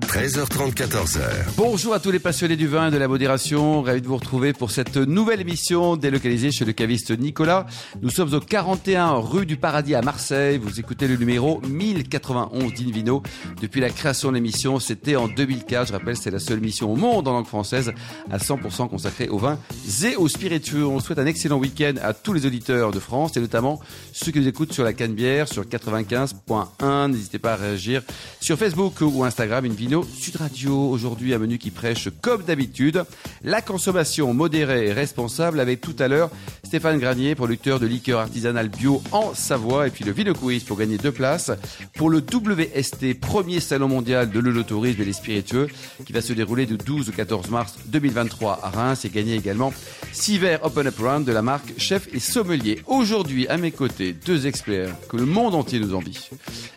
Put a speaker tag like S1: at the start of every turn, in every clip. S1: 13h30, 14h.
S2: Bonjour à tous les passionnés du vin et de la modération. Ravi de vous retrouver pour cette nouvelle émission délocalisée chez le caviste Nicolas. Nous sommes au 41 rue du Paradis à Marseille. Vous écoutez le numéro 1091 d'Invino. Depuis la création de l'émission, c'était en 2004. Je rappelle, c'est la seule émission au monde en langue française à 100% consacrée au vin et aux spiritueux. On souhaite un excellent week-end à tous les auditeurs de France et notamment ceux qui nous écoutent sur la Canebière, sur 95.1. N'hésitez pas à réagir sur Facebook ou Instagram, Invino Sud Radio. Aujourd'hui, un menu qui prêche, comme d'habitude, la consommation modérée et responsable avec tout à l'heure Stéphane Granier, producteur de liqueurs artisanales bio en Savoie et puis le Vino Quiz pour gagner deux places pour le WST, premier salon mondial de l'eulotourisme et les spiritueux qui va se dérouler du 12 au 14 mars 2023 à Reims et gagner également six verres Open Up Round de la marque Chef et Sommelier. Aujourd'hui, à mes côtés, deux experts que le monde entier nous envie.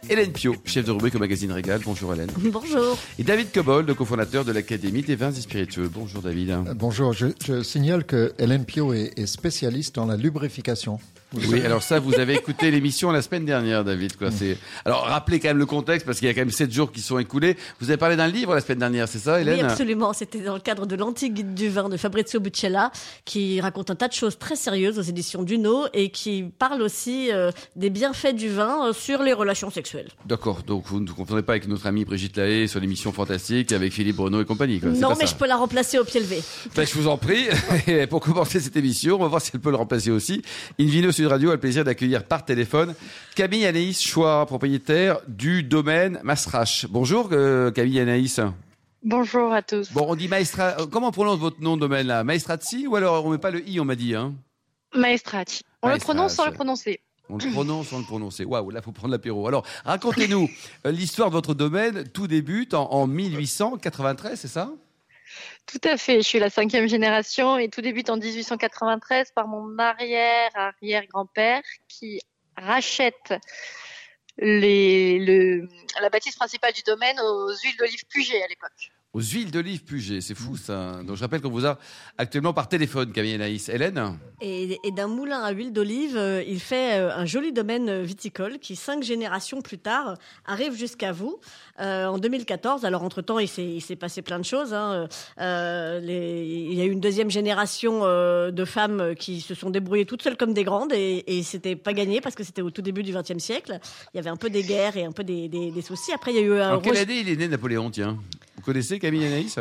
S2: Hélène Pio, chef de rubrique au magazine Régal. Bonjour Hélène.
S3: Bonjour.
S2: Et David Cobold, le cofondateur de l'Académie des vins et spiritueux. Bonjour David.
S4: Euh, Bonjour, je, je signale que Hélène Pio est, est spécialiste dans la lubrification.
S2: Oui, alors ça, vous avez écouté l'émission la semaine dernière, David. Quoi. C'est... Alors, rappelez quand même le contexte, parce qu'il y a quand même sept jours qui sont écoulés. Vous avez parlé d'un livre la semaine dernière, c'est ça, Hélène
S3: Oui, absolument. C'était dans le cadre de l'anti-guide du vin de Fabrizio Buccella, qui raconte un tas de choses très sérieuses aux éditions Duno et qui parle aussi euh, des bienfaits du vin euh, sur les relations sexuelles.
S2: D'accord, donc vous ne vous confondez pas avec notre amie Brigitte Lahaye sur l'émission Fantastique, avec Philippe Renaud et compagnie. Quoi. Euh, C'est
S3: non,
S2: pas
S3: mais
S2: ça.
S3: je peux la remplacer au pied levé.
S2: Ben, je vous en prie. Et pour commencer cette émission, on va voir si elle peut le remplacer aussi. Invino Sud Radio a le plaisir d'accueillir par téléphone Camille Anaïs Choix, propriétaire du domaine Masrache. Bonjour euh, Camille Anaïs.
S5: Bonjour à tous.
S2: Bon, on dit Maestra. euh, Comment on prononce votre nom de domaine là Maestrazzi ou alors on met pas le i, on m'a dit. Hein
S5: Maestrati. On le
S2: Maestrati.
S5: prononce sans le prononcer.
S2: on le prononce sans le prononcer. Waouh, là faut prendre l'apéro. Alors racontez-nous euh, l'histoire de votre domaine. Tout débute en, en 1893, c'est ça
S5: Tout à fait. Je suis la cinquième génération et tout débute en 1893 par mon arrière-arrière-grand-père qui rachète les, le, la bâtisse principale du domaine aux huiles d'olive Puget à l'époque.
S2: Aux huiles d'olive Puget, c'est fou ça. Donc je rappelle qu'on vous a actuellement par téléphone, Camille Anaïs. Hélène
S3: Et, et d'un moulin à huile d'olive, euh, il fait euh, un joli domaine euh, viticole qui, cinq générations plus tard, euh, arrive jusqu'à vous euh, en 2014. Alors, entre-temps, il s'est, il s'est passé plein de choses. hein. Euh, les- il y a eu une deuxième génération euh, de femmes qui se sont débrouillées toutes seules comme des grandes et, et c'était pas gagné parce que c'était au tout début du XXe siècle. Il y avait un peu des guerres et un peu des, des- des soucis. Après, il y a eu un
S2: En quelle
S3: rejet-
S2: année il est né Napoléon, tiens Vous connaissez Camille Anaïs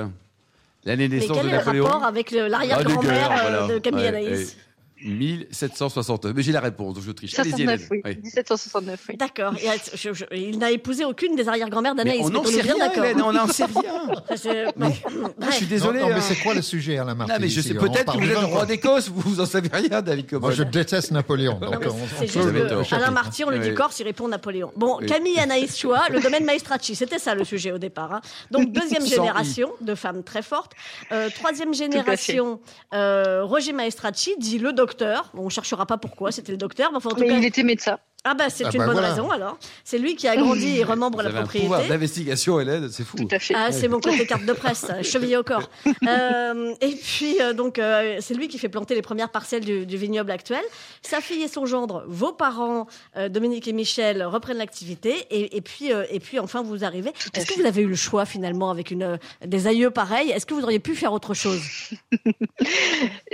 S2: L'année de
S3: Mais
S2: naissance
S3: quel
S2: de
S3: est le
S2: Napoléon
S3: rapport avec le- l'arrière-grand-mère
S2: Ah,
S3: euh,
S2: des guerres,
S3: de
S2: voilà.
S3: Camille
S2: Ouais,
S3: Anaïs
S2: ouais. 1769. Mais j'ai la réponse, donc je triche. Allez-y,
S5: 69,
S2: Hélène.
S5: oui.
S2: Oui.
S5: 1769, oui.
S3: D'accord. Et, euh, je- je- il n'a épousé aucune des arrière-grand-mères
S2: Mais
S3: d'Anaïs.
S2: on n'en
S3: est
S2: sait
S3: bien
S2: rien,
S3: d'accord.
S2: Hélène, on n'en sait rien.
S3: Enfin, c'est-
S2: Mais-
S3: bon,
S2: Je suis
S3: bref.
S2: désolé.
S4: non, non,
S2: hein.
S4: mais c'est quoi le sujet, Alain Marty
S2: Non, mais je
S4: ici
S2: sais
S4: On
S2: peut-être
S4: parle
S2: que vous
S4: du
S2: êtes
S4: vin,
S2: le roi
S4: quoi.
S2: d'Écosse, vous vous en savez rien, David
S4: Moi,
S2: Cobol.
S4: je déteste Napoléon. Donc, on, on
S3: C'est
S4: clôt
S3: juste
S2: Vous avez
S4: le-
S3: que
S2: tort.
S4: le
S3: Alain
S4: chapitre.
S3: Marty, on le dit
S2: Oui.
S3: corps, il répond Napoléon. Bon,
S2: Oui.
S3: Camille Anaïs Choix, le domaine Maestracci, c'était ça le sujet au départ. hein. Donc, deuxième
S2: Sans
S3: génération de femmes très fortes. Euh, troisième génération, euh, Roger Maestracci, dit le docteur. Bon, on cherchera pas pourquoi c'était le docteur, mais enfin, en tout
S5: Mais
S3: cas.
S5: il était médecin.
S3: Ah, bah, c'est
S4: Ah
S3: une
S4: bah
S3: bonne
S4: voilà.
S3: raison alors. C'est lui qui a agrandi et
S2: Vous
S3: remembre la
S2: avez un pouvoir
S3: propriété.
S2: d'investigation, Hélène, c'est fou.
S5: Tout à fait.
S3: Ah, c'est mon côté carte de presse, ça, chevillé au corps. Euh, et puis, euh, donc, euh, c'est lui qui fait planter les premières parcelles du, du vignoble actuel. Sa fille et son gendre, vos parents, euh, Dominique et Michel, reprennent l'activité. Et, et puis, euh, et puis, enfin, vous arrivez.
S5: à
S3: Est-ce que
S5: fait.
S3: vous avez eu le choix, finalement, avec une, euh, des aïeux pareils Est-ce que vous auriez pu faire autre chose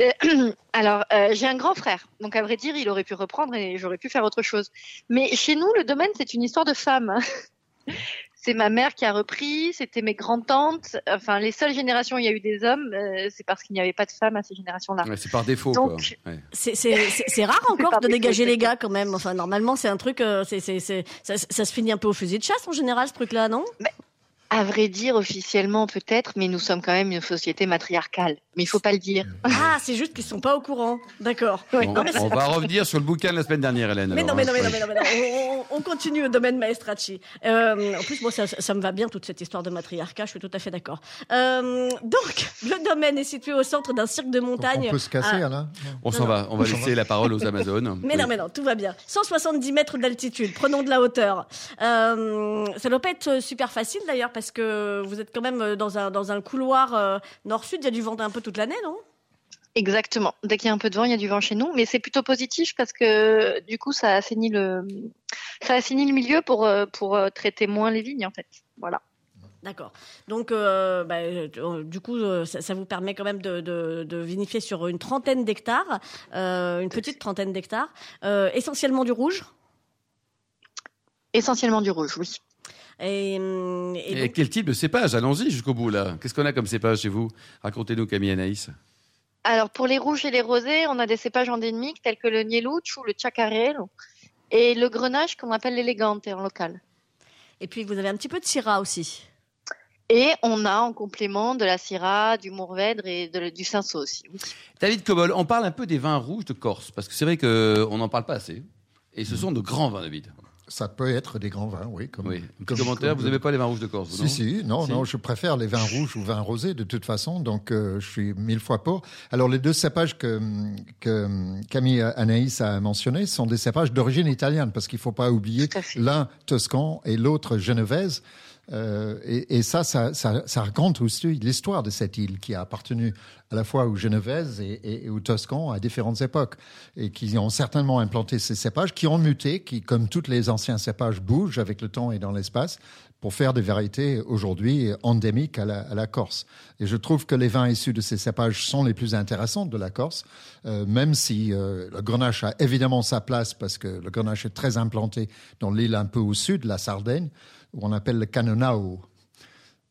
S5: Euh, Alors, euh, j'ai un grand frère, donc à vrai dire, il aurait pu reprendre et j'aurais pu faire autre chose. Mais chez nous, le domaine, c'est une histoire de femmes. C'est ma mère qui a repris, c'était mes grands-tantes. Enfin, les seules générations où il y a eu des hommes, euh, c'est parce qu'il n'y avait pas de femmes à ces générations-là.
S2: Ouais, c'est par défaut.
S5: Donc-
S2: quoi. Ouais.
S3: C'est- C'est c'est- c'est rare encore
S5: Par
S3: de dégager
S5: défaut,
S3: les gars, quand même. Enfin, normalement, c'est un truc. euh, c'est c'est- c'est- ça, ça se finit un peu au fusil de chasse, en général, ce truc-là, non
S5: À vrai dire, officiellement peut-être, mais nous sommes quand même une société matriarcale. Mais il faut pas le dire.
S3: Ah, c'est juste qu'ils sont pas au courant. D'accord.
S5: Ouais.
S2: Bon, on va revenir sur le bouquin de la semaine dernière, Hélène.
S3: Mais non,
S2: alors,
S3: mais
S2: hein.
S3: non, mais
S2: Ouais.
S3: non, mais non, mais non. On, on- on continue au domaine Maestracci. Euh, en plus, moi, ça, ça me va bien toute cette histoire de matriarcat. Je suis tout à fait d'accord. Euh, donc, le domaine est situé au centre d'un cirque de
S4: Donc,
S3: montagne.
S4: On peut se casser,
S3: Ah.
S4: Alain
S2: On s'en
S3: Non,
S2: va, on va
S4: On s'en
S2: laisser la parole aux Amazones.
S3: Mais non,
S2: Oui.
S3: mais non, tout va bien. 170 mètres d'altitude, prenons de la hauteur. Euh, ça doit pas être super facile d'ailleurs, parce que vous êtes quand même dans un, dans un couloir euh, nord-sud, il y a du vent un peu toute l'année, non
S5: Exactement. Dès qu'il y a un peu de vent, il y a du vent chez nous, mais c'est plutôt positif parce que du coup, ça assainit le, ça assainit le milieu pour, euh, pour euh, traiter moins les vignes en fait. Voilà.
S3: D'accord. Donc, euh, bah, euh, du coup, euh, ça, ça vous permet quand même de, de, de vinifier sur une trentaine d'hectares, euh, une petite trentaine d'hectares, euh, essentiellement du rouge.
S5: Essentiellement du rouge, oui.
S3: Et, hum, et
S2: Et,
S3: donc-
S2: quel type de cépage Allons-y jusqu'au bout là. Qu'est-ce qu'on a comme cépage chez vous Racontez-nous Camille et Anaïs.
S5: Alors pour les rouges et les rosés, on a des cépages endémiques tels que le Nielouch ou le Chacarello et le Grenache qu'on appelle l'élégante en local.
S3: et puis, vous avez un petit peu de syrah aussi.
S5: Et on a en complément de la Syrah, du Mourvèdre et de- du Cinsault aussi. oui.
S2: David Cobol, on parle un peu des vins rouges de Corse parce que c'est vrai qu'on n'en parle pas assez. Et ce sont de grands vins, David.
S4: Ça peut être des grands vins, oui. Comme,
S2: Oui. Un
S4: comme-
S2: petit commentaire.
S4: comme-
S2: Vous n'aimez pas les vins rouges de Corse vous, non
S4: Si, si, non,
S2: Si.
S4: non, je préfère les vins rouges ou vins rosés de toute façon, donc euh, je suis mille fois pour. Alors les deux cépages que, que Camille Anaïs a mentionnés sont des cépages d'origine italienne, parce qu'il faut pas oublier
S5: Tout à fait.
S4: l'un toscan et l'autre genevaise. Euh, et, et ça, ça, ça, ça raconte aussi l'histoire de cette île qui a appartenu à la fois aux Genevaises et, et- et aux Toscans à différentes époques et qui ont certainement implanté ces cépages qui ont muté, qui, comme tous les anciens cépages, bougent avec le temps et dans l'espace pour faire des variétés aujourd'hui endémiques à la, à la Corse. Et je trouve que les vins issus de ces cépages sont les plus intéressants de la Corse, euh, même si euh, le Grenache a évidemment sa place parce que le Grenache est très implanté dans l'île un peu au sud, la Sardaigne, où on appelle le Canonao.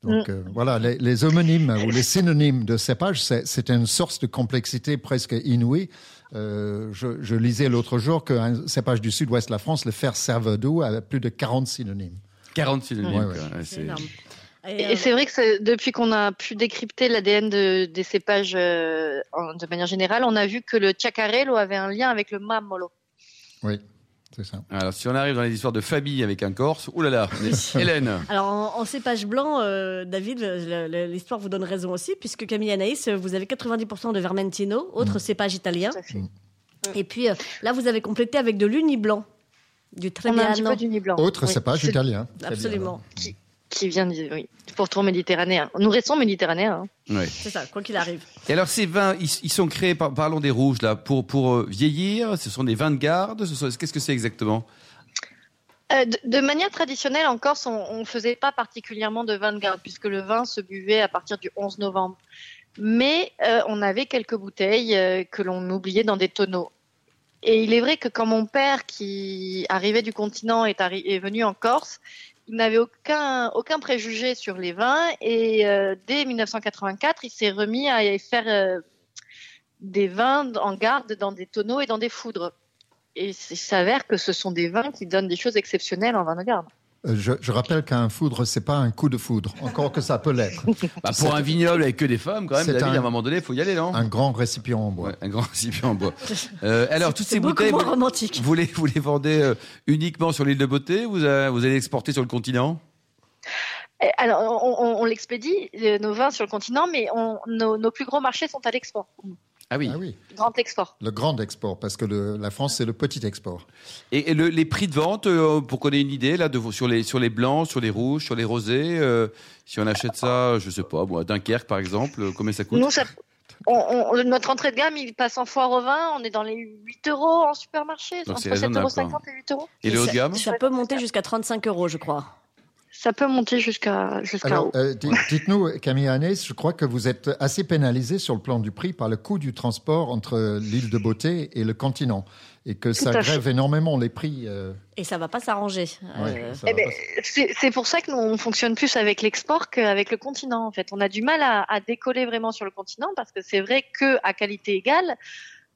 S5: Mm.
S4: Donc euh, voilà, les, les homonymes ou les synonymes de cépage, c'est c'est une source de complexité presque inouïe. Euh, je, je lisais l'autre jour qu'un cépage du sud-ouest de la France, le fer Cervedo, a plus de 40 synonymes.
S2: 40 synonymes.
S4: Ouais, ouais.
S2: quoi. Ouais,
S3: C'est
S2: c'est-
S3: énorme. Et, euh,
S5: Et c'est vrai que c'est- depuis qu'on a pu décrypter l'ADN de- des cépages euh, en- de manière générale, on a vu que le Chacarello avait un lien avec le Mamolo.
S4: Oui, c'est ça.
S2: Alors, si on arrive dans les histoires de famille avec un Corse, oulala, on est- Hélène.
S3: alors, en, en cépage blanc, euh, David, le- le- l'histoire vous donne raison aussi, puisque Camille Anaïs, euh, vous avez 90% de Vermentino,
S2: Mm.
S3: autre cépage italien.
S5: Tout à fait.
S3: Et puis, euh, là, vous avez complété avec de l'uni blanc, du
S5: On a un petit
S3: Trebbiano.
S5: peu du nid blanc.
S4: Autre
S5: Ah, Oui.
S4: cépage
S5: C'est-
S4: italien. Très bien.
S3: Absolument.
S5: Qui vient du- oui, pourtour méditerranéen. Nous restons méditerranéens. hein.
S2: Ouais.
S3: C'est ça, quoi qu'il arrive.
S2: Et alors, ces vins, ils, ils sont créés, par, parlons des rouges là, pour, pour euh, vieillir. Ce sont des vins de garde. ce sont- Qu'est-ce que c'est exactement
S5: Euh, de, de manière traditionnelle, en Corse, on ne faisait pas particulièrement de vin de garde, puisque le vin se buvait à partir du 11 novembre. Mais euh, on avait quelques bouteilles euh, que l'on oubliait dans des tonneaux. Et il est vrai que quand mon père, qui arrivait du continent, est, arri- est venu en Corse, il n'avait aucun, aucun préjugé sur les vins. Et euh, dès 1984, il s'est remis à faire euh, des vins en garde dans des tonneaux et dans des foudres. Et il s'avère que ce sont des vins qui donnent des choses exceptionnelles en vin de garde.
S4: Euh, Je, je rappelle qu'un foudre, c'est pas un coup de foudre, encore que ça peut l'être.
S2: Bah, Pour
S4: C'est-
S2: un vignoble avec que des femmes, quand même,
S4: c'est
S2: David,
S4: un-
S2: à un moment donné, il faut y aller, non
S4: Un grand récipient en bois.
S2: Ouais, Un grand récipient en bois. Euh, alors, toutes
S3: C'est
S2: ces
S3: beaucoup
S2: bouteilles,
S3: moins
S2: vous-
S3: romantique.
S2: vous les, vous les vendez euh, uniquement sur l'île de Beauté vous, euh, vous allez exporter sur le continent
S5: Et Eh, Alors, on, on- on l'expédie, euh, nos vins sur le continent, mais on- nos, nos plus gros marchés sont à l'export,
S2: Ah oui.
S4: Ah oui,
S5: grand export.
S4: le grand export, parce que le- la France, c'est le petit export.
S2: Et, et le- les prix de vente, euh, pour qu'on ait une idée, là, de, vos- sur, les, sur les blancs, sur les rouges, sur les rosés, euh, si on achète ça, je sais pas, bon, à Dunkerque par exemple, euh, combien ça coûte
S5: Nous, ça- on- on- notre entrée de gamme, il passe en foire au vin, on est dans les 8 euros en supermarché,
S2: Donc, c'est
S5: entre 7,50
S2: raisonnable,
S5: euros et 8 euros.
S2: Et le haut de
S3: ça-
S2: gamme
S3: Ça peut monter jusqu'à 35 euros, je crois.
S5: Ça peut monter jusqu'à jusqu'à
S4: Alors,
S5: haut.
S4: euh, di- dites-nous, Camille Annès, je crois que vous êtes assez pénalisé sur le plan du prix par le coût du transport entre l'île de Beauté et le continent, et que ça
S5: à fait.
S4: grève énormément les prix. euh,
S3: Et ça va pas s'arranger.
S4: ouais,
S3: Euh,
S4: ça va
S5: ben,
S4: pas-
S5: C'est c'est pour ça que nous, on fonctionne plus avec l'export qu'avec le continent, en fait. On a du mal à, à décoller vraiment sur le continent parce que c'est vrai que à qualité égale,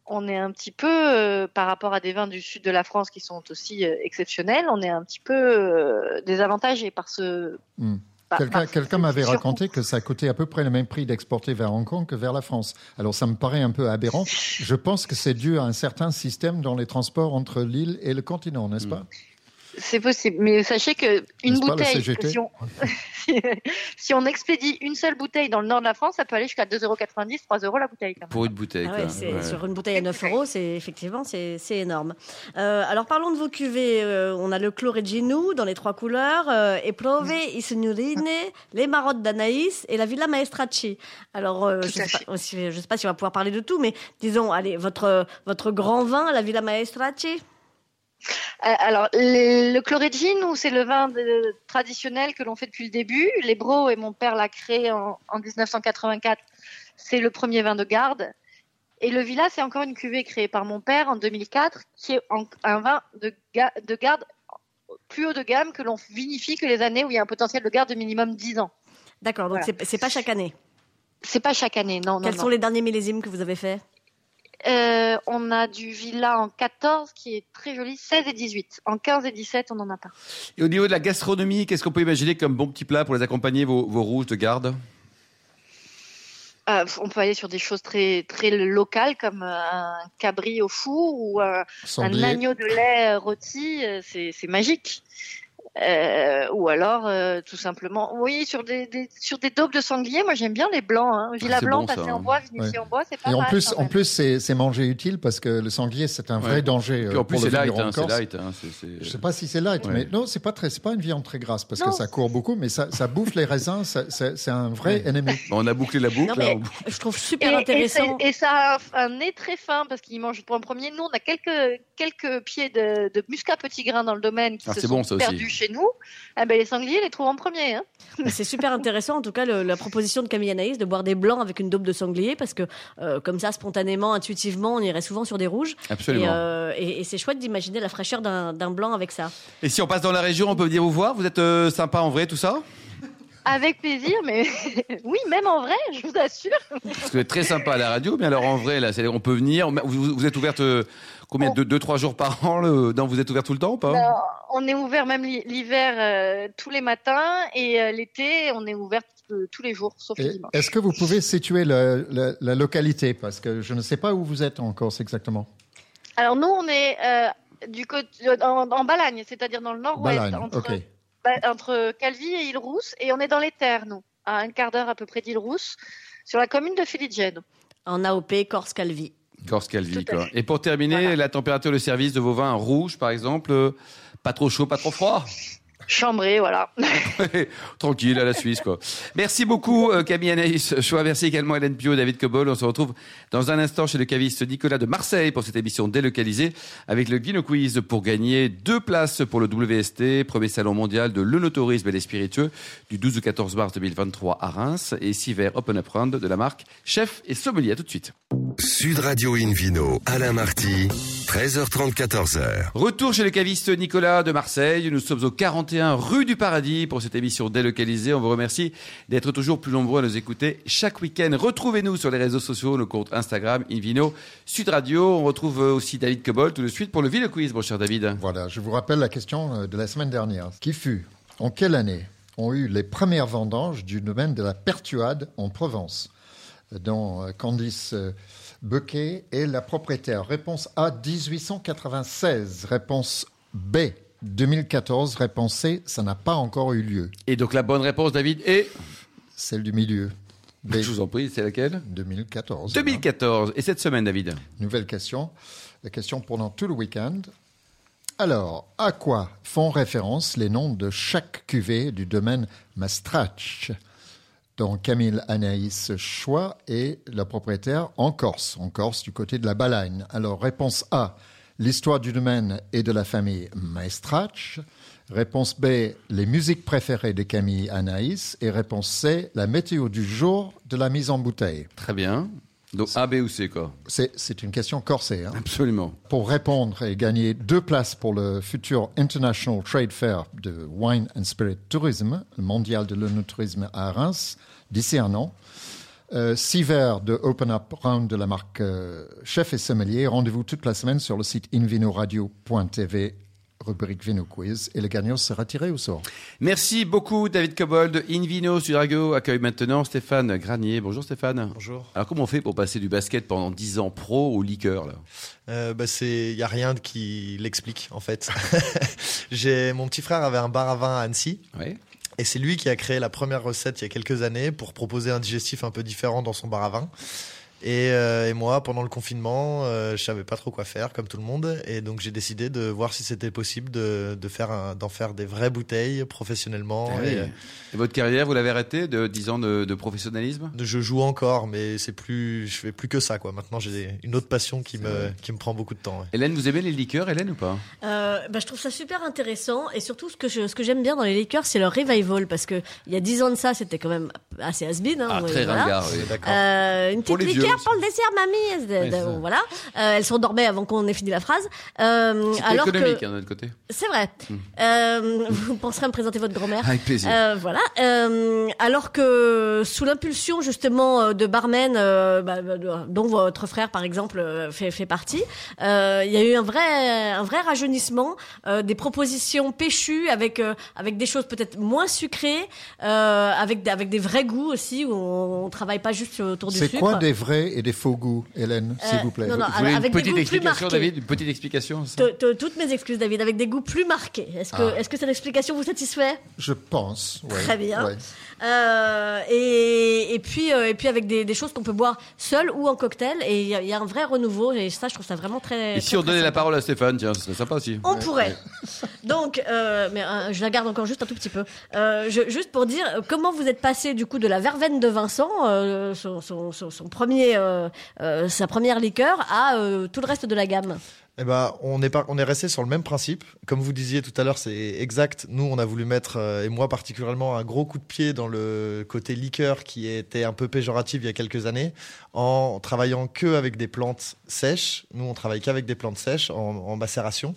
S5: on est un petit peu, euh, par rapport à des vins du sud de la France qui sont aussi euh, exceptionnels, on est un petit peu euh, désavantagé par ce.
S4: Hmm.
S5: par-
S4: Quelqu'un
S5: par
S4: quelqu'un
S5: ce
S4: m'avait
S5: surcoût.
S4: raconté que ça coûtait à peu près le même prix d'exporter vers Hong Kong que vers la France. Alors ça me paraît un peu aberrant.
S5: Hmm.
S4: Je pense que c'est dû à un certain système dans les transports entre l'île et le continent, n'est-ce pas
S5: C'est possible, mais sachez que une
S4: N'est-ce pas, la
S5: bouteille,
S4: CGT?
S5: si on... si on expédie une seule bouteille dans le nord de la France, ça peut aller jusqu'à 2,90€, 3 euros la bouteille. quand même.
S2: Pour une bouteille.
S3: Ah
S2: quoi.
S3: ouais, c'est-
S2: Ouais.
S3: Sur une bouteille à 9 euros, c'est effectivement c'est c'est énorme. Euh, alors parlons de vos cuvées. Euh, on a le Clos Regino dans les trois couleurs, euh, Eprove,
S5: Mm.
S3: Isignorine, les Marottes d'Anaïs et la Villa Maestracci. Alors euh,
S5: Tout
S3: je
S5: à
S3: ne sais, pas si- je sais pas si on va pouvoir parler de tout, mais disons allez votre votre grand vin, la Villa Maestracci.
S5: Euh, Alors, les- le chlorégine, où c'est le vin de- traditionnel que l'on fait depuis le début. Les Bros et mon père l'a créé en, en 1984. C'est le premier vin de garde. Et le Villa, c'est encore une cuvée créée par mon père en 2004, qui est en- un vin de, ga- de garde plus haut de gamme que l'on vinifie que les années où il y a un potentiel de garde de minimum 10 ans.
S3: D'accord, donc
S5: Voilà.
S3: c'est- c'est pas chaque année.
S5: C'est pas chaque année, non, non,
S3: Quels
S5: non.
S3: sont les derniers millésimes que vous avez faits
S5: Euh, on a du Villa en 14 qui est très joli, 16 et 18. En 15 et 17, on n'en a pas.
S2: Et au niveau de la gastronomie, qu'est-ce qu'on peut imaginer comme bon petit plat pour les accompagner, vos, vos rouges de garde
S5: Euh, on peut aller sur des choses très, très locales comme euh, un cabri au four ou euh, un, un
S4: Sanglier.
S5: agneau de lait rôti, euh, c'est c'est magique. Euh, ou alors, euh, tout simplement, oui, sur des, des- sur des daubes de sanglier, moi j'aime bien les blancs. Hein. Villa
S2: c'est
S5: blanc,
S2: bon, ça,
S5: passé
S2: hein.
S5: en bois, vinifié en bois, c'est pas
S4: Et en
S5: mal,
S4: plus,
S5: quand
S4: en
S5: même.
S4: plus, c'est c'est manger utile parce que le sanglier, c'est un vrai
S2: Ouais.
S4: danger
S2: Puis
S4: euh,
S2: En plus,
S4: pour le
S2: c'est light.
S4: vigneron
S2: hein, c'est
S4: corse.
S2: light. hein, c'est- c'est-
S4: Je sais pas si c'est light,
S2: Ouais.
S4: mais non, c'est pas très, c'est pas une viande très grasse parce
S5: Non.
S4: que ça court beaucoup, mais ça, ça bouffe les raisins. ça- ça- C'est un vrai
S2: Ouais.
S4: ennemi.
S2: Bon, On a bouclé la boucle. hein,
S3: Non,
S2: là,
S3: mais-
S2: on-
S3: Je trouve
S5: Et,
S3: super
S5: et, c'est-
S3: intéressant.
S5: et ça a un, un nez très fin parce qu'il mange pour en premier. Nous, on a quelques, quelques pieds de, de muscat petit grain dans le domaine qui
S2: Ah,
S5: se
S2: c'est
S5: sont
S2: bon, ça aussi.
S5: perdus chez nous. Ah ben, les sangliers les trouvent en premier. Hein.
S3: Mais C'est super intéressant, en tout cas, le- la proposition de Camille Anaïs de boire des blancs avec une daube de sanglier, parce que euh, comme ça, spontanément, intuitivement, on irait souvent sur des rouges. Et,
S2: Absolument.
S3: euh, et- et c'est chouette d'imaginer la fraîcheur d'un d'un blanc avec ça.
S2: Et si on passe dans la région, on peut venir vous voir Vous êtes euh, sympa en vrai, tout ça
S5: Avec plaisir, mais oui, même en vrai, je vous assure.
S2: Parce que vous êtes très sympa à la radio, mais alors en vrai, là, c'est- on peut venir. Vous- Vous, vous êtes ouverte euh, combien
S5: On-
S2: deux, deux, trois jours par an le... Non, vous êtes ouverte tout le temps ou pas
S5: Non, on est ouvert même l'hi- l'hiver euh, tous les matins et euh, l'été, on est ouvert euh, tous les jours, sauf le
S4: Et
S5: dimanche.
S4: Est-ce que vous pouvez situer la, la- la localité parce que je ne sais pas où vous êtes en Corse exactement.
S5: Alors nous, on est euh, du côté euh, en, en Balagne, c'est-à-dire dans le nord-ouest,
S4: Balagne.
S5: entre,
S4: Ok.
S5: ba- entre Calvi et Île-Rousse, et on est dans les terres, nous, à un quart d'heure à peu près d'Île-Rousse, sur la commune de Filigène.
S3: En AOP, Corse Calvi.
S2: Corse Calvi,
S5: Tout à
S2: quoi. Et pour terminer,
S5: Voilà.
S2: la température de service de vos vins rouges, par exemple, euh, pas trop chaud, pas trop froid
S5: Chambré, voilà.
S2: Tranquille, à la Suisse, quoi. Merci beaucoup, euh, Camille Anaïs Choix. Merci également, Hélène Pio, David Cobol. On se retrouve dans un instant chez le caviste Nicolas de Marseille pour cette émission délocalisée avec le Guino Quiz pour gagner deux places pour le WST, premier salon mondial de l'onotourisme et des spiritueux du 12 au 14 mars 2023 à Reims et six verres Open Up Round de la marque Chef et Sommelier. À tout de suite.
S1: Sud Radio Invino, Alain Marty, 13h30, 14h.
S2: Retour chez le caviste Nicolas de Marseille. Nous sommes au 41 rue du Paradis pour cette émission délocalisée. On vous remercie d'être toujours plus nombreux à nous écouter chaque week-end. Retrouvez-nous sur les réseaux sociaux, nos comptes Instagram, Invino, Sud Radio. On retrouve euh, aussi David Cobol tout de suite pour le Ville Quiz, mon cher David.
S4: Voilà, je vous rappelle la question euh, de la semaine dernière, qui fut en quelle année ont eu les premières vendanges du domaine de la Pertuade en Provence, dont euh, Candice euh, Becquet est la propriétaire. Réponse A 1896, réponse B 2014, réponse C ça n'a pas encore eu lieu,
S2: Et donc la bonne réponse, David, est,
S4: celle du milieu. B
S2: je vous en prie, c'est laquelle
S4: 2014. voilà.
S2: 2014. Et cette semaine, David
S4: Nouvelle question. La question pendant tout le week-end. Alors, à quoi font référence les noms de chaque cuvée du domaine Mastrach dont Camille Anaïs Choix est la propriétaire en Corse, en Corse du côté de la Balagne. Alors, réponse A, l'histoire du domaine et de la famille Maestrach. Réponse B, les musiques préférées de Camille Anaïs. Et réponse C, la météo du jour de la mise en bouteille.
S2: Très bien. Donc A, B ou C, quoi
S4: C'est c'est une question corsée. hein.
S2: Absolument.
S4: Pour répondre et gagner deux places pour le futur International Trade Fair de Wine and Spirit Tourism, le mondial de l'onotourisme à Reims, d'ici un an. Euh, six verres de Open Up Round de la marque euh, Chef et Sommelier. Rendez-vous toute la semaine sur le site invinoradio.tv rubrique Vino Quiz, et le gagnant sera tiré au sort.
S2: Merci beaucoup, David Cobold. Invino Sudrago accueille maintenant Stéphane Granier. Bonjour Stéphane.
S6: Bonjour.
S2: Alors comment on fait pour passer du basket pendant 10 ans pro au liqueur là
S6: Euh, bah c'est, y a rien qui l'explique en fait. J'ai mon petit frère avait un bar à vin à Annecy
S2: Ouais.
S6: et c'est lui qui a créé la première recette il y a quelques années pour proposer un digestif un peu différent dans son bar à vin. Et, euh, et moi, pendant le confinement, euh, je savais pas trop quoi faire, comme tout le monde, et donc j'ai décidé de voir si c'était possible de, de faire un- d'en faire des vraies bouteilles professionnellement.
S2: Ah oui.
S6: et, euh,
S2: Et votre carrière, vous l'avez arrêtée de 10 ans de, de professionnalisme
S6: je joue encore, mais c'est plus, je fais plus que ça, quoi. Maintenant, j'ai une autre passion qui me, qui me prend beaucoup de temps. ouais.
S2: Hélène, vous aimez les liqueurs, Hélène, ou pas
S3: Euh, bah, je trouve ça super intéressant et surtout ce que je- ce que j'aime bien dans les Lakers c'est leur revival parce que il y a 10 ans de ça c'était quand même assez has-been hein,
S2: Ah,
S3: ouais,
S2: très
S3: voilà.
S2: ringard, oui.
S6: D'accord.
S3: Euh, une
S2: Pour
S3: petite
S2: les vieux
S3: liqueur
S2: aussi.
S3: pour le dessert mamie
S2: Ouais, c'est ça.
S3: Euh, voilà Euh, elles s'endormaient avant qu'on ait fini la phrase euh,
S2: C'était
S3: alors
S2: économique,
S3: que
S2: hein, d'un autre côté.
S3: c'est vrai
S4: Mm.
S3: euh, vous penserez à me présenter votre grand-mère
S4: Ah,
S2: Avec plaisir.
S3: Euh, voilà. Euh, alors que sous l'impulsion justement euh, de barmen, euh, bah, bah, de- dont votre frère par exemple euh, fait, fait partie, euh, il y a eu un vrai, un vrai rajeunissement, euh, des propositions péchues avec euh, avec des choses peut-être moins sucrées, euh, avec des- avec des vrais goûts aussi où on, on travaille pas juste autour du
S4: C'est
S3: sucre.
S4: quoi des vrais et des faux goûts, Hélène, s'il
S3: Euh,
S4: vous plaît
S3: non, non,
S2: Vous
S3: alors,
S2: voulez
S3: avec
S2: une
S3: des
S2: petite
S3: goûts plus
S2: explication,
S3: marqués. euh,
S2: David Une petite explication c'est ça
S3: Te- te- toutes mes excuses, David, avec des goûts plus marqués. Est-ce que,
S4: Ah.
S3: est-ce que cette explication vous satisfait
S4: Je pense. ouais,
S3: Très bien.
S4: ouais.
S3: Euh, et, et puis euh, et puis avec des, des choses qu'on peut boire seul ou en cocktail et il y, a- il y a un vrai renouveau et ça je trouve ça vraiment très
S2: Et si on
S3: très, très
S2: donnait la
S3: sympa.
S2: parole à Stéphane, tiens, ce serait sympa aussi.
S3: on pourrait. Donc, euh, mais euh, je la garde encore juste un tout petit peu. Euh, je- juste pour dire euh, comment vous êtes passé du coup de la verveine de Vincent, euh, son, son, son, son premier, euh, euh, sa première liqueur, à euh, tout le reste de la gamme.
S6: Eh ben, on est, par- on est resté sur le même principe. Comme vous disiez tout à l'heure, c'est exact. Nous, on a voulu mettre, euh, et moi particulièrement, un gros coup de pied dans le côté liqueur qui était un peu péjoratif il y a quelques années, en travaillant que avec des plantes sèches. Nous, on travaille qu'avec des plantes sèches en, en macération,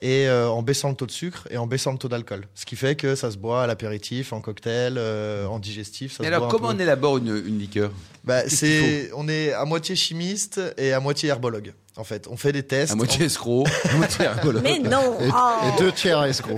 S6: et euh, en baissant le taux de sucre et en baissant le taux d'alcool. Ce qui fait que ça se boit à l'apéritif, en cocktail, euh, en digestif. Ça
S2: Et
S6: se
S2: alors,
S6: boit un
S2: comment
S6: peu.
S2: on élabore une, une liqueur
S6: Bah,
S2: Qu'est-ce qu'il
S6: c'est, on est à moitié chimiste et à moitié herbologue. En fait, on fait des tests.
S2: À moitié escroc, à moitié rigolo.
S3: Mais non
S4: Et,
S3: oh.
S4: et deux tiers escrocs.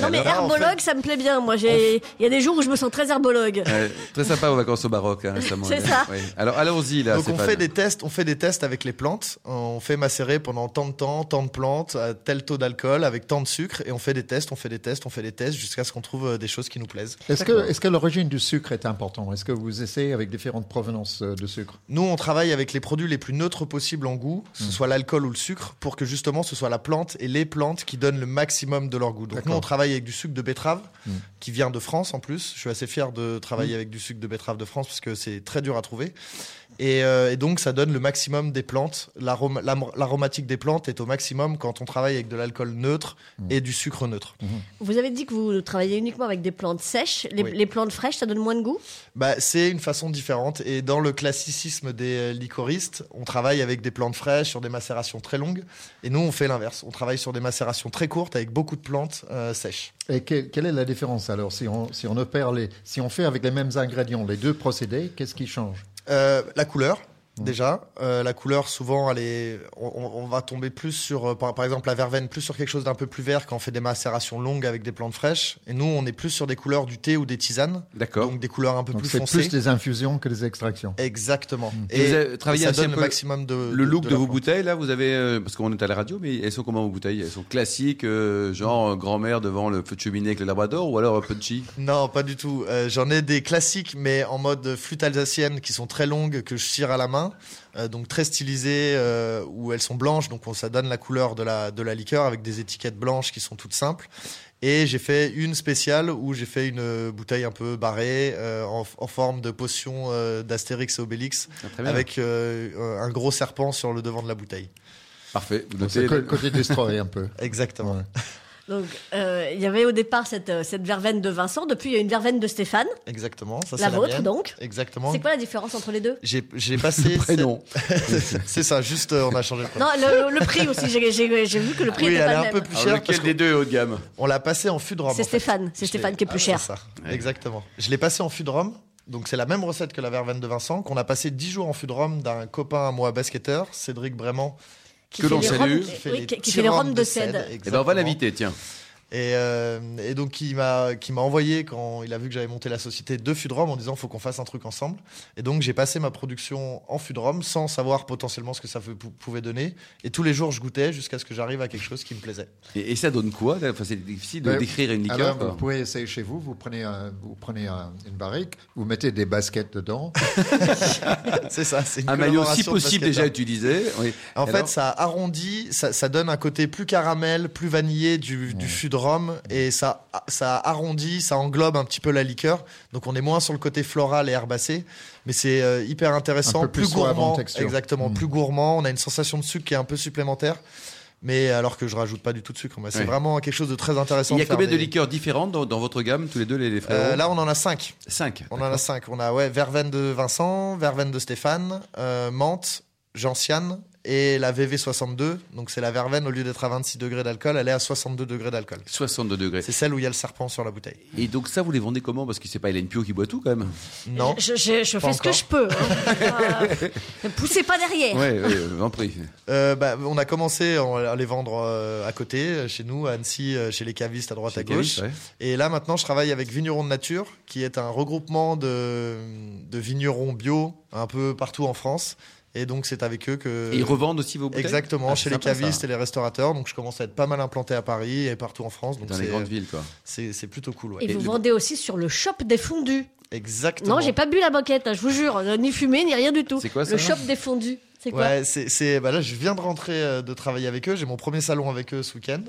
S3: Non mais
S6: Alors là, en
S3: herbologue, ça me plaît bien. Moi, j'ai, il y a des jours où je me sens très herbologue.
S2: Ouais, très sympa aux vacances au baroque hein, récemment.
S3: C'est ça.
S2: Ouais. Alors allons-y là.
S6: Donc on
S2: hein, Stéphane.
S6: fait des tests, on fait des tests avec les plantes. On fait macérer pendant tant de temps, tant de plantes, à tel taux d'alcool, avec tant de sucre, et on fait des tests, on fait des tests, on fait des tests jusqu'à ce qu'on trouve euh, des choses qui nous plaisent.
S4: Est-ce que, est-ce que l'origine du sucre est importante Est-ce que vous essayez avec différentes provenances euh, de sucre
S6: Nous, on travaille avec les produits les plus neutres possibles en goût, que ce soit l'alcool ou le sucre, pour que justement ce soit la plante et les plantes qui donnent le maximum de leur goût. Donc
S4: D'accord.
S6: nous, on travaille avec du sucre de betterave,
S4: Mm.
S6: qui vient de France en plus. Je suis assez fier de travailler avec du sucre de betterave de France, parce que c'est très dur à trouver. Et, euh, et donc, ça donne le maximum des plantes. L'aroma- l'am- L'aromatique des plantes est au maximum quand on travaille avec de l'alcool neutre et du sucre neutre.
S3: Vous avez dit que vous travaillez uniquement avec des plantes sèches. Les,
S6: Oui.
S3: les plantes fraîches, ça donne moins de goût
S6: Bah, c'est une façon différente. Et dans le classicisme des euh, licoristes, on travaille avec des plantes fraîches sur des macérations très longues. Et nous, on fait l'inverse. On travaille sur des macérations très courtes avec beaucoup de plantes euh, sèches.
S4: Et quelle, quelle est la différence alors si on, si on opère les, si on fait avec les mêmes ingrédients les deux procédés, qu'est-ce qui change
S6: Euh, la couleur.
S2: Mmh.
S4: Mm.
S6: Déjà, Euh, la couleur, souvent, elle est... on, on- on va tomber plus sur, euh, par, par exemple, la verveine, plus sur quelque chose d'un peu plus vert quand on fait des macérations longues avec des plantes fraîches. Et nous, on est plus sur des couleurs du thé ou des tisanes,
S2: D'accord.
S6: donc des couleurs un peu
S4: Donc
S6: plus
S4: c'est
S6: foncées.
S4: plus des infusions que des extractions.
S6: Exactement.
S2: Mmh. Et vous avez travaillé
S6: ça
S2: un petit
S6: donne le
S2: peu
S6: maximum de
S2: Le
S6: de-
S2: look
S6: de
S2: de,
S6: la
S2: vos
S6: plante.
S2: bouteilles là, vous avez euh, parce qu'on est à la radio, mais elles sont comment vos bouteilles Elles sont classiques, euh, genre euh, grand-mère devant le feu de cheminée avec le Labrador, ou alors euh, punchy
S6: Non, pas du tout. Euh, J'en ai des classiques, mais en mode flûte alsacienne, qui sont très longues, que je cire à la main, euh, donc très stylisées, euh, où elles sont blanches, donc on, ça donne la couleur de la, de la liqueur avec des étiquettes blanches qui sont toutes simples. Et j'ai fait une spéciale où j'ai fait une euh, bouteille un peu barrée, euh, en, en forme de potion euh, d'Astérix et Obélix,
S2: Ah, Très bien.
S6: avec euh, un gros serpent sur le devant de la bouteille.
S2: Parfait. Vous
S4: C'est
S2: notez.
S4: le côté destroy un peu.
S6: Exactement.
S4: Ouais.
S3: Donc, euh, il y avait au départ cette, euh, cette verveine de Vincent. Depuis, il y a une verveine de Stéphane,
S6: Exactement. Ça, c'est
S3: la vôtre
S6: mienne.
S3: donc.
S6: Exactement.
S3: C'est quoi la différence entre les deux
S6: J'ai j'ai passé.
S2: Prénom.
S6: Ah, cette- C'est ça, juste euh, on a changé le prénom.
S3: Non, le, le prix aussi. J'ai- J'ai j'ai vu que le prix
S6: Oui,
S3: était
S6: elle est
S3: pas
S6: un
S3: le
S6: peu
S3: même.
S6: plus
S2: Alors,
S6: chère parce
S2: Ah, lequel des deux est haut de gamme
S6: qu'on l'a passé en fût de rhum.
S3: C'est
S6: en fait.
S3: Stéphane. C'est
S6: Je l'ai-
S3: Stéphane qui est
S6: Ah,
S3: plus
S6: c'est
S3: cher.
S6: ça.
S2: Ouais.
S6: Exactement. Je l'ai passé en fût de rhum. Donc c'est la même recette que la verveine de Vincent qu'on a passé 10 jours en fût de rhum d'un copain à moi basketteur, Cédric Brément,
S3: qui
S2: Que
S3: fait
S2: l'on
S3: les
S2: salue.
S3: roms- oui, qui- qui fait les roms de
S2: Eh
S3: cèdre.
S2: ben, on va
S6: exactement.
S2: l'inviter, tiens.
S6: Et, euh, et donc il m'a qui m'a envoyé quand il a vu que j'avais monté la société de Fudrom en disant faut qu'on fasse un truc ensemble. Et donc j'ai passé ma production en Fudrom sans savoir potentiellement ce que ça peut- pou- pouvait donner. Et tous les jours je goûtais jusqu'à ce que j'arrive à quelque chose qui me plaisait.
S2: Et, et ça donne quoi Enfin, c'est difficile de
S4: Ben,
S2: décrire une liqueur.
S4: Alors,
S2: quoi.
S4: vous pouvez essayer chez vous. Vous prenez, un- vous prenez un- une barrique, vous mettez des baskets dedans.
S6: C'est ça. C'est une
S2: Un maillot si
S6: collaboration de hein.
S2: possible déjà
S6: basketteurs.
S2: utilisé. Oui.
S6: En
S2: Alors
S6: fait ça arrondit, ça, ça donne un côté plus caramel, plus vanillé du, du Fudrom et ça ça arrondit, ça englobe un petit peu la liqueur. Donc on est moins sur le côté floral et herbacé, mais c'est euh, hyper intéressant,
S4: Un peu plus soave en
S6: gourmand,
S4: texture.
S6: exactement,
S4: Mm.
S6: plus gourmand. On a une sensation de sucre qui est un peu supplémentaire, mais alors que je rajoute pas du tout de sucre. Moi, C'est
S2: Ouais.
S6: vraiment quelque chose de très intéressant.
S2: Il y a
S6: de faire
S2: combien de
S6: des-
S2: liqueurs différentes dans, dans votre gamme, tous les deux, les, les
S6: Euh,
S2: frérots
S6: Là on en a 5
S2: Cinq.
S6: on en a cinq. On a ouais, Verveine de Vincent, Verveine de Stéphane, euh, Menthe, Gentiane et la VV62. Donc c'est la Verveine, au lieu d'être à 26 degrés d'alcool, elle est à 62 degrés d'alcool.
S2: 62 degrés.
S6: C'est celle où il y a le serpent sur la bouteille.
S2: Et donc ça, vous les vendez comment Parce que c'est pas Hélène Pio qui boit tout quand même.
S6: Non.
S3: Je, je- je fais ce que
S6: encore.
S3: je peux. hein. Euh, ne poussez pas derrière.
S2: Ouais, ouais, euh, en prix.
S6: Euh, bah, on a commencé à les vendre euh, à côté, euh, chez nous, à Annecy, euh, chez les cavistes à droite à
S2: C'est
S6: gauche.
S2: Gavis, ouais.
S6: Et là maintenant, je travaille avec Vigneron de Nature, qui est un regroupement de, de vignerons bio un peu partout en France. Et donc c'est avec eux que...
S2: Et ils revendent aussi vos bouteilles
S6: Exactement,
S2: Ah, c'est
S6: chez les
S2: sympa, ça.
S6: cavistes et les restaurateurs. Donc je commence à être pas mal implanté à Paris et partout en France. Donc
S2: Dans les
S6: c'est-
S2: grandes villes, quoi.
S6: c'est c'est plutôt cool. ouais.
S3: Et,
S2: Et
S3: vous
S2: le-
S3: vendez aussi sur le shop des fondus.
S6: Exactement.
S3: Non, j'ai pas bu la banquette, hein, je vous jure, euh, ni fumé, ni rien du tout.
S2: C'est quoi, ça
S3: Le shop des fondus. C'est quoi
S6: Ouais, c'est, c'est- bah là, je viens de rentrer euh, de travailler avec eux. J'ai mon premier salon avec eux ce week-end.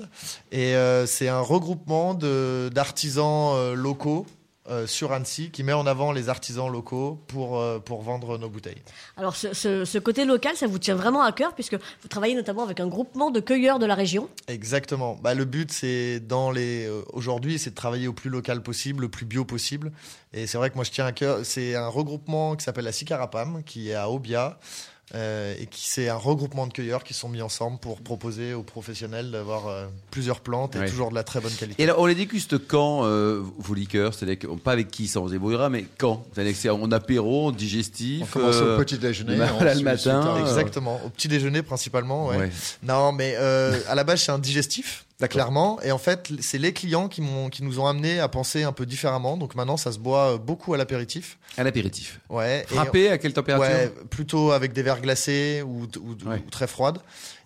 S6: Et euh, c'est un regroupement de, d'artisans euh, locaux euh, sur Annecy qui met en avant les artisans locaux pour, euh, pour vendre nos bouteilles.
S3: Alors ce, ce- ce côté local, ça vous tient vraiment à cœur puisque vous travaillez notamment avec un groupement de cueilleurs de la région.
S6: Exactement. Bah, le but, c'est dans les euh, aujourd'hui, c'est de travailler au plus local possible, le plus bio possible. Et c'est vrai que moi, je tiens à cœur. C'est un regroupement qui s'appelle la Sicarapam, qui est à Obia, euh, et qui c'est un regroupement de cueilleurs qui sont mis ensemble pour proposer aux professionnels d'avoir euh, plusieurs plantes et
S2: Ouais.
S6: toujours de la très bonne qualité.
S2: Et alors, on les déguste quand, euh, vos liqueurs C'est-à-dire, que- pas avec qui, ça on se débrouillera, mais quand C'est-à-dire que c'est en apéro, en digestif
S4: On commence
S2: euh,
S4: au petit déjeuner.
S2: voilà,
S4: on
S2: le
S4: suit
S2: matin,
S4: tard.
S2: euh,
S6: Exactement. Au petit déjeuner principalement. ouais.
S2: ouais.
S6: Non, mais euh, à la base, c'est un digestif.
S2: D'accord.
S6: Clairement, et en fait, c'est les clients qui, m'ont- qui nous ont amené à penser un peu différemment. Donc maintenant, ça se boit euh, beaucoup à l'apéritif.
S2: À l'apéritif.
S6: Ouais. Et-
S2: Frappé à quelle température
S6: Ouais, plutôt avec des verres glacés ou, ou- ou
S2: Ouais. Mmh.
S6: très froides.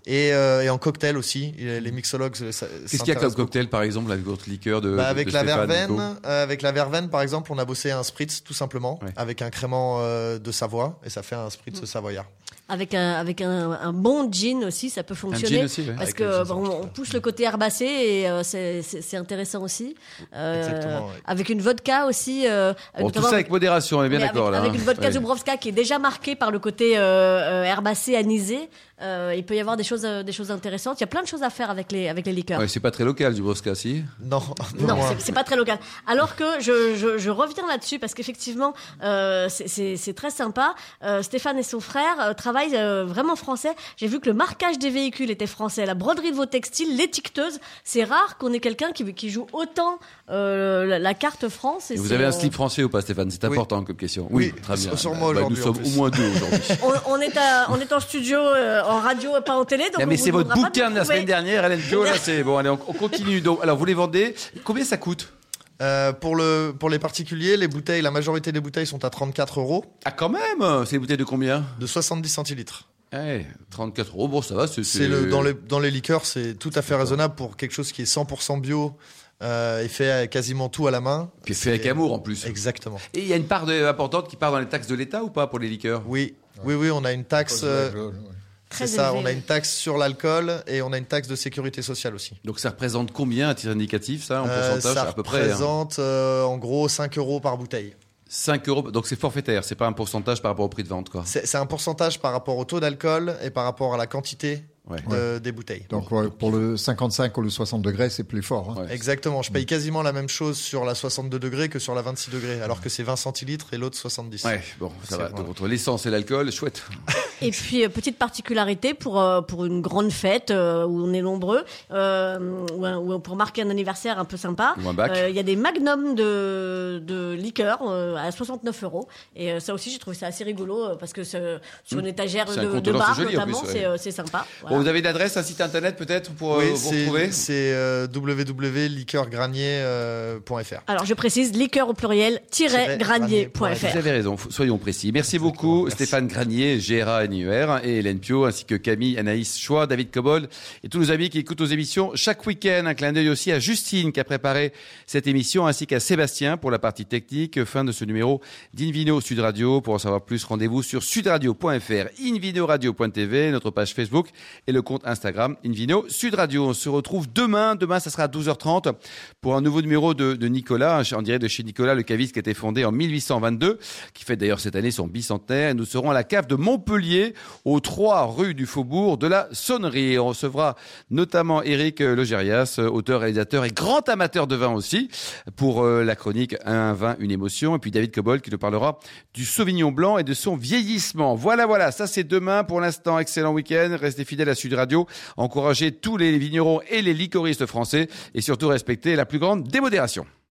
S6: Et, euh, et en cocktail aussi, les mixologues.
S2: Qu'est-ce qu'il y a comme cocktail, par exemple, avec votre liqueur de, de-
S6: Bah, avec,
S2: de
S6: la
S2: Stéphane, Nico
S6: verveine, euh, avec la verveine, par exemple, on a bossé un spritz tout simplement
S2: Ouais.
S6: avec un crément euh, de Savoie et ça fait un spritz
S3: Mmh.
S6: savoyard.
S3: Avec un, avec un, un bon gin aussi, ça peut
S2: Un
S3: fonctionner.
S2: gin aussi, ouais.
S3: Parce
S6: Avec le
S3: que
S6: gin
S3: bon,
S6: orange,
S3: on
S6: ouais.
S3: pousse le côté herbacé et euh, c'est- c'est c'est intéressant aussi. Euh,
S6: Exactement, ouais.
S3: Avec une vodka aussi. euh,
S2: Bon, tout
S3: notamment
S2: ça avec modération, on est bien
S3: mais
S2: d'accord
S3: avec,
S2: là.
S3: avec
S2: hein.
S3: une vodka
S2: Ouais.
S3: Zubrovska qui est déjà marquée par le côté euh, euh, herbacé anisé, euh, il peut y avoir des choses, euh, des choses intéressantes. Il y a plein de choses à faire avec les, avec les liqueurs.
S2: Ouais, c'est pas très local, du Brosca, si.
S6: Non, un peu
S3: Non,
S6: moins.
S3: c'est- c'est pas très local. Alors que je, je, je reviens là-dessus parce qu'effectivement, euh, c'est- c'est c'est très sympa. Euh, Stéphane et son frère euh, travaillent euh, vraiment français. J'ai vu que le marquage des véhicules était français, la broderie de vos textiles, l'étiqueteuse. C'est rare qu'on ait quelqu'un qui, qui joue autant euh, la, la carte France.
S2: Et vous
S3: c'est,
S2: avez
S3: euh,
S2: un slip français ou pas, Stéphane C'est
S6: Oui.
S2: important comme question.
S6: Oui,
S2: Oui, très bien.
S6: sur- sur
S2: Bah,
S6: moi
S2: nous
S6: aujourd'hui, en
S2: sommes au
S6: plus.
S2: moins deux aujourd'hui.
S3: On, on est à- on est en studio, euh, en radio, et pas en télé. Donc
S2: Non, mais
S3: on
S2: c'est
S3: vous
S2: votre
S3: demandera pas
S2: bouquin de
S3: nous
S2: la semaine
S3: trouver.
S2: dernière, Hélène Pio. Là, c'est bon. Allez, on, on continue. Donc, alors, vous les vendez. Combien ça coûte
S6: Euh, pour, le, pour les particuliers, les bouteilles, la majorité des bouteilles sont à 34 euros
S2: Ah, quand même C'est des bouteilles de combien
S6: de 70 centilitres.
S2: Eh, 34 euros. Bon, ça va. C'est
S6: C'est le dans les dans les liqueurs, c'est tout à fait raisonnable pour quelque chose qui est 100% bio euh, et fait à- quasiment tout à la main.
S2: Puis fait avec
S6: C'est-
S2: amour en plus.
S6: Exactement.
S2: Et il y a une part de- importante qui part dans les taxes de l'État ou pas pour les liqueurs
S6: Oui, oui, oui, on a une taxe. euh,
S3: Très
S6: C'est ça,
S3: élevé,
S6: on a
S3: oui.
S6: une taxe sur l'alcool et on a une taxe de sécurité sociale aussi.
S2: Donc, ça représente combien à titre indicatif, ça, en
S6: Euh,
S2: pourcentage
S6: ça
S2: À peu près. hein.
S6: représente euh, en gros 5 euros par bouteille.
S2: 5 euros. Donc, c'est forfaitaire. C'est pas un pourcentage par rapport au prix de vente, quoi.
S6: C'est c'est un pourcentage par rapport au taux d'alcool et par rapport à la quantité
S2: Ouais.
S6: de- des bouteilles.
S4: Donc pour, pour le 55 ou le 60 degrés, c'est plus fort. hein.
S2: Ouais. Mm.
S6: Exactement, je paye quasiment la même chose sur la 62 degrés que sur la 26 degrés, alors que c'est 20 centilitres et l'autre 70.
S2: Ouais, bon, ça
S6: C'est
S2: va.
S6: bon.
S2: Donc, entre l'essence et l'alcool, chouette.
S3: Et puis, euh, petite particularité pour, euh, pour une grande fête euh, où on est nombreux, euh, ou, un- ou pour marquer un anniversaire un peu sympa,
S2: Ou un
S3: euh,
S2: bac.
S3: il y a des magnums de, de liqueur euh, à 69 euros. Et euh, ça aussi, j'ai trouvé ça assez rigolo euh, parce que ce- sur une étagère
S2: C'est un
S3: de, de
S2: contenant,
S3: bar,
S2: Mm. c'est joli en
S3: notamment,
S2: plus, ouais.
S3: c'est euh, c'est sympa.
S2: Bon, Bon, vous avez une adresse, un site internet peut-être pour euh,
S6: Oui,
S2: vous
S6: c'est-
S2: retrouver
S6: c'est euh, www.liqueurgranier.fr.
S3: Alors, je précise, liqueur au pluriel, tiret, granier.fr.
S2: Vous avez raison, faut- soyons précis. Merci beaucoup
S6: Merci.
S2: Stéphane Granier, Gérard Nuer et Hélène Pio, ainsi que Camille, Anaïs Choix, David Cobol et tous nos amis qui écoutent nos émissions chaque week-end. Un clin d'œil aussi à Justine qui a préparé cette émission, ainsi qu'à Sébastien pour la partie technique. Fin de ce numéro d'Invino Sud Radio. Pour en savoir plus, rendez-vous sur sudradio.fr, invinoradio.tv, notre page Facebook et le compte Instagram Invino Sud Radio. On se retrouve demain. Demain, ça sera à 12h30 pour un nouveau numéro de, de Nicolas, en direct de chez Nicolas, le caviste qui a été fondé en 1822, qui fête d'ailleurs cette année son bicentenaire. Et nous serons à la cave de Montpellier, aux 3 rue du Faubourg de la Sonnerie. Et on recevra notamment Eric euh, Logérias, euh, auteur, réalisateur et grand amateur de vin aussi, pour euh, la chronique Un vin, une émotion. Et puis David Cobol qui nous parlera du Sauvignon blanc et de son vieillissement. Voilà, voilà, ça c'est demain. Pour l'instant, excellent week-end. Restez fidèles à Sud Radio. Encouragez tous les vignerons et les licoristes français et surtout respectez la plus grande démodération.